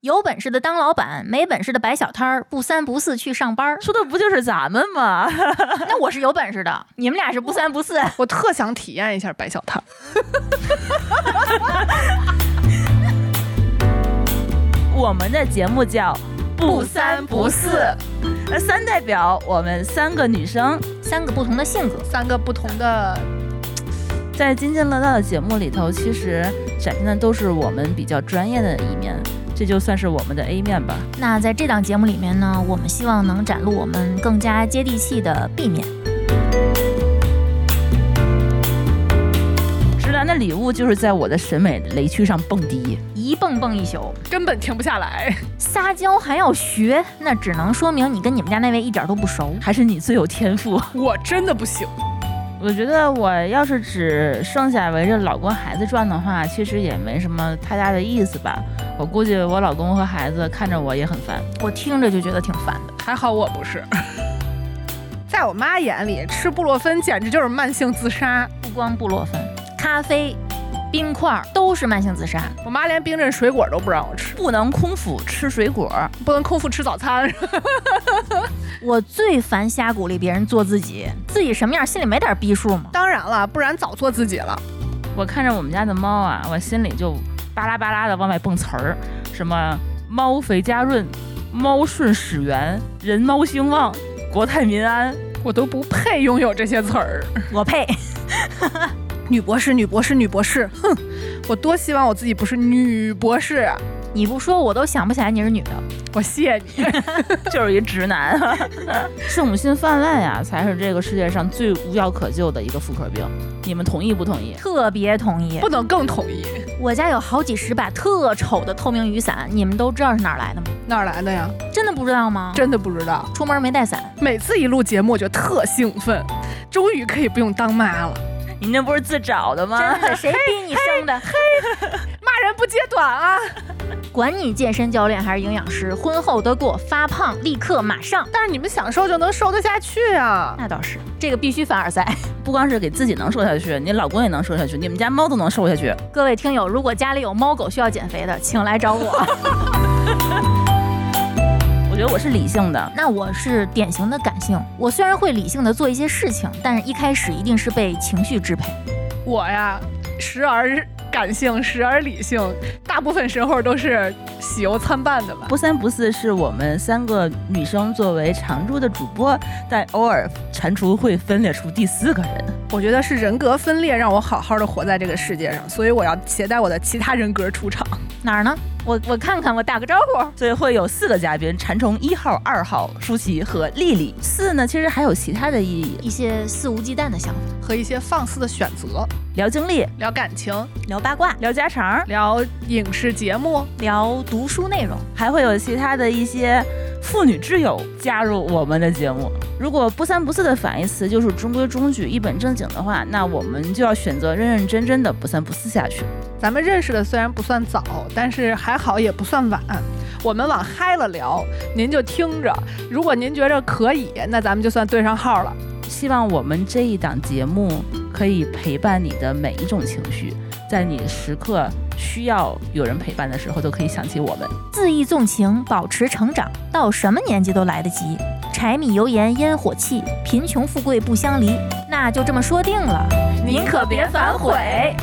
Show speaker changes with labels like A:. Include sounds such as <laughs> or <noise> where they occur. A: 有本事的当老板，没本事的摆小摊儿，不三不四去上
B: <laughs>
A: 班儿。
B: 说的不就是咱们吗？ <laughs>
A: 那我是有本事的，你们俩是不三不四。
C: 我特想体验一下白小摊。
B: 我们的节目叫
C: 不三不四，
B: 那呃三代表我们三个女生
A: <laughs> 三个不同的性格，
C: 三个不同的，
B: 在津津乐道的节目里头，其实展现的都是我们比较专业的一面，这就算是我们的 A 面吧。
A: 那在这档节目里面呢，我们希望能展露我们更加接地气的 B 面。
B: 直男的礼物就是在我的审美雷区上蹦迪，
A: 一蹦蹦一宿，
C: 根本停不下来。
A: 撒娇还要学，那只能说明你跟你们家那位一点都不熟。
B: 还是你最有天赋。 <laughs>
C: 我真的不行，
B: 我觉得我要是只剩下围着老公孩子转的话，其实也没什么太大的意思吧。我估计我老公和孩子看着我也很烦。
A: 我听着就觉得挺烦的。
C: 还好我不是。在我妈眼里，吃布洛芬简直就是慢性自杀。
A: 不光布洛芬、咖啡、冰块儿都是慢性自杀。
C: 我妈连冰镇水果都不让我吃，
B: 不能空腹吃水果，
C: 不能空腹吃早餐。 <laughs>
A: 我最烦瞎鼓励别人做自己，自己什么样心里没点逼数吗？
C: 当然了，不然早做自己了。
B: 我看着我们家的猫啊，我心里就巴拉巴拉的往外蹦词儿，什么猫肥家润、猫顺始源、人猫兴旺、国泰民安。
C: 我都不配拥有这些词儿。
A: 我配。 <laughs>
C: 女博士，女博士，女博士，哼！我多希望我自己不是女博士。啊
A: 你不说我都想不起来你是女的。
C: 我谢你， <laughs>
B: 就是一直 <laughs> 男，圣母心泛滥呀、才是这个世界上最无药可救的一个妇科病。你们同意不同意？
A: 特别同意。
C: 不能更统一。
A: 我家有好几十把特丑的透明雨伞，你们都知道是哪儿来的吗？
C: 哪儿来的呀？
A: 真的不知道吗？
C: 真的不知道。
A: 出门没带伞，
C: 每次一录节目，我就特兴奋，终于可以不用当妈了。
B: 你那不是自找的吗？
A: 真的谁逼你生的？
C: 骂人不揭短啊！
A: 管你健身教练还是营养师，婚后得给我发胖，立刻马上。
C: 但是你们想瘦就能瘦得下去啊！
A: 那倒是，这个必须凡尔赛。 <laughs>
B: 不光是给自己能瘦下去，你老公也能瘦下去，你们家猫都能瘦下去。
A: 各位听友，如果家里有猫狗需要减肥的，请来找 <laughs> 我。
B: 我觉得我是理性的，
A: 那我是典型的感性，我虽然会理性的做一些事情，但是一开始一定是被情绪支配。
C: 我呀，时而感性，时而理性，大部分时候都是喜忧参半的吧。
B: 不三不四是我们三个女生作为常驻的主播，但偶尔蟾蜍会分裂出第四个人。
C: 我觉得是人格分裂让我好好的活在这个世界上，所以我要携带我的其他人格出场。
A: 哪儿呢？我我看看，我打个招呼。
B: 所以会有四个嘉宾：馋虫一号、二号、舒淇和丽丽。四呢，其实还有其他的意义，
A: 一些肆无忌惮的想法，
C: 和一些放肆的选择，
B: 聊经历、
C: 聊感情，
A: 聊八卦，
B: 聊家常，
C: 聊影视节目。
A: 聊读书内容。
B: 还会有其他的一些妇女之友加入我们的节目。如果不三不四的反义词就是中规中矩、一本正经的话，那我们就要选择认认真真的不三不四下去。
C: 咱们认识的虽然不算早，但是还好也不算晚。我们往嗨了聊，您就听着。如果您觉着可以，那咱们就算对上号了。
B: 希望我们这一档节目可以陪伴你的每一种情绪，在你时刻需要有人陪伴的时候，都可以想起我们。
A: 恣意纵情，保持成长，到什么年纪都来得及。柴米油盐烟火气，贫穷富贵不相离。那就这么说定了，
C: 您可别反悔。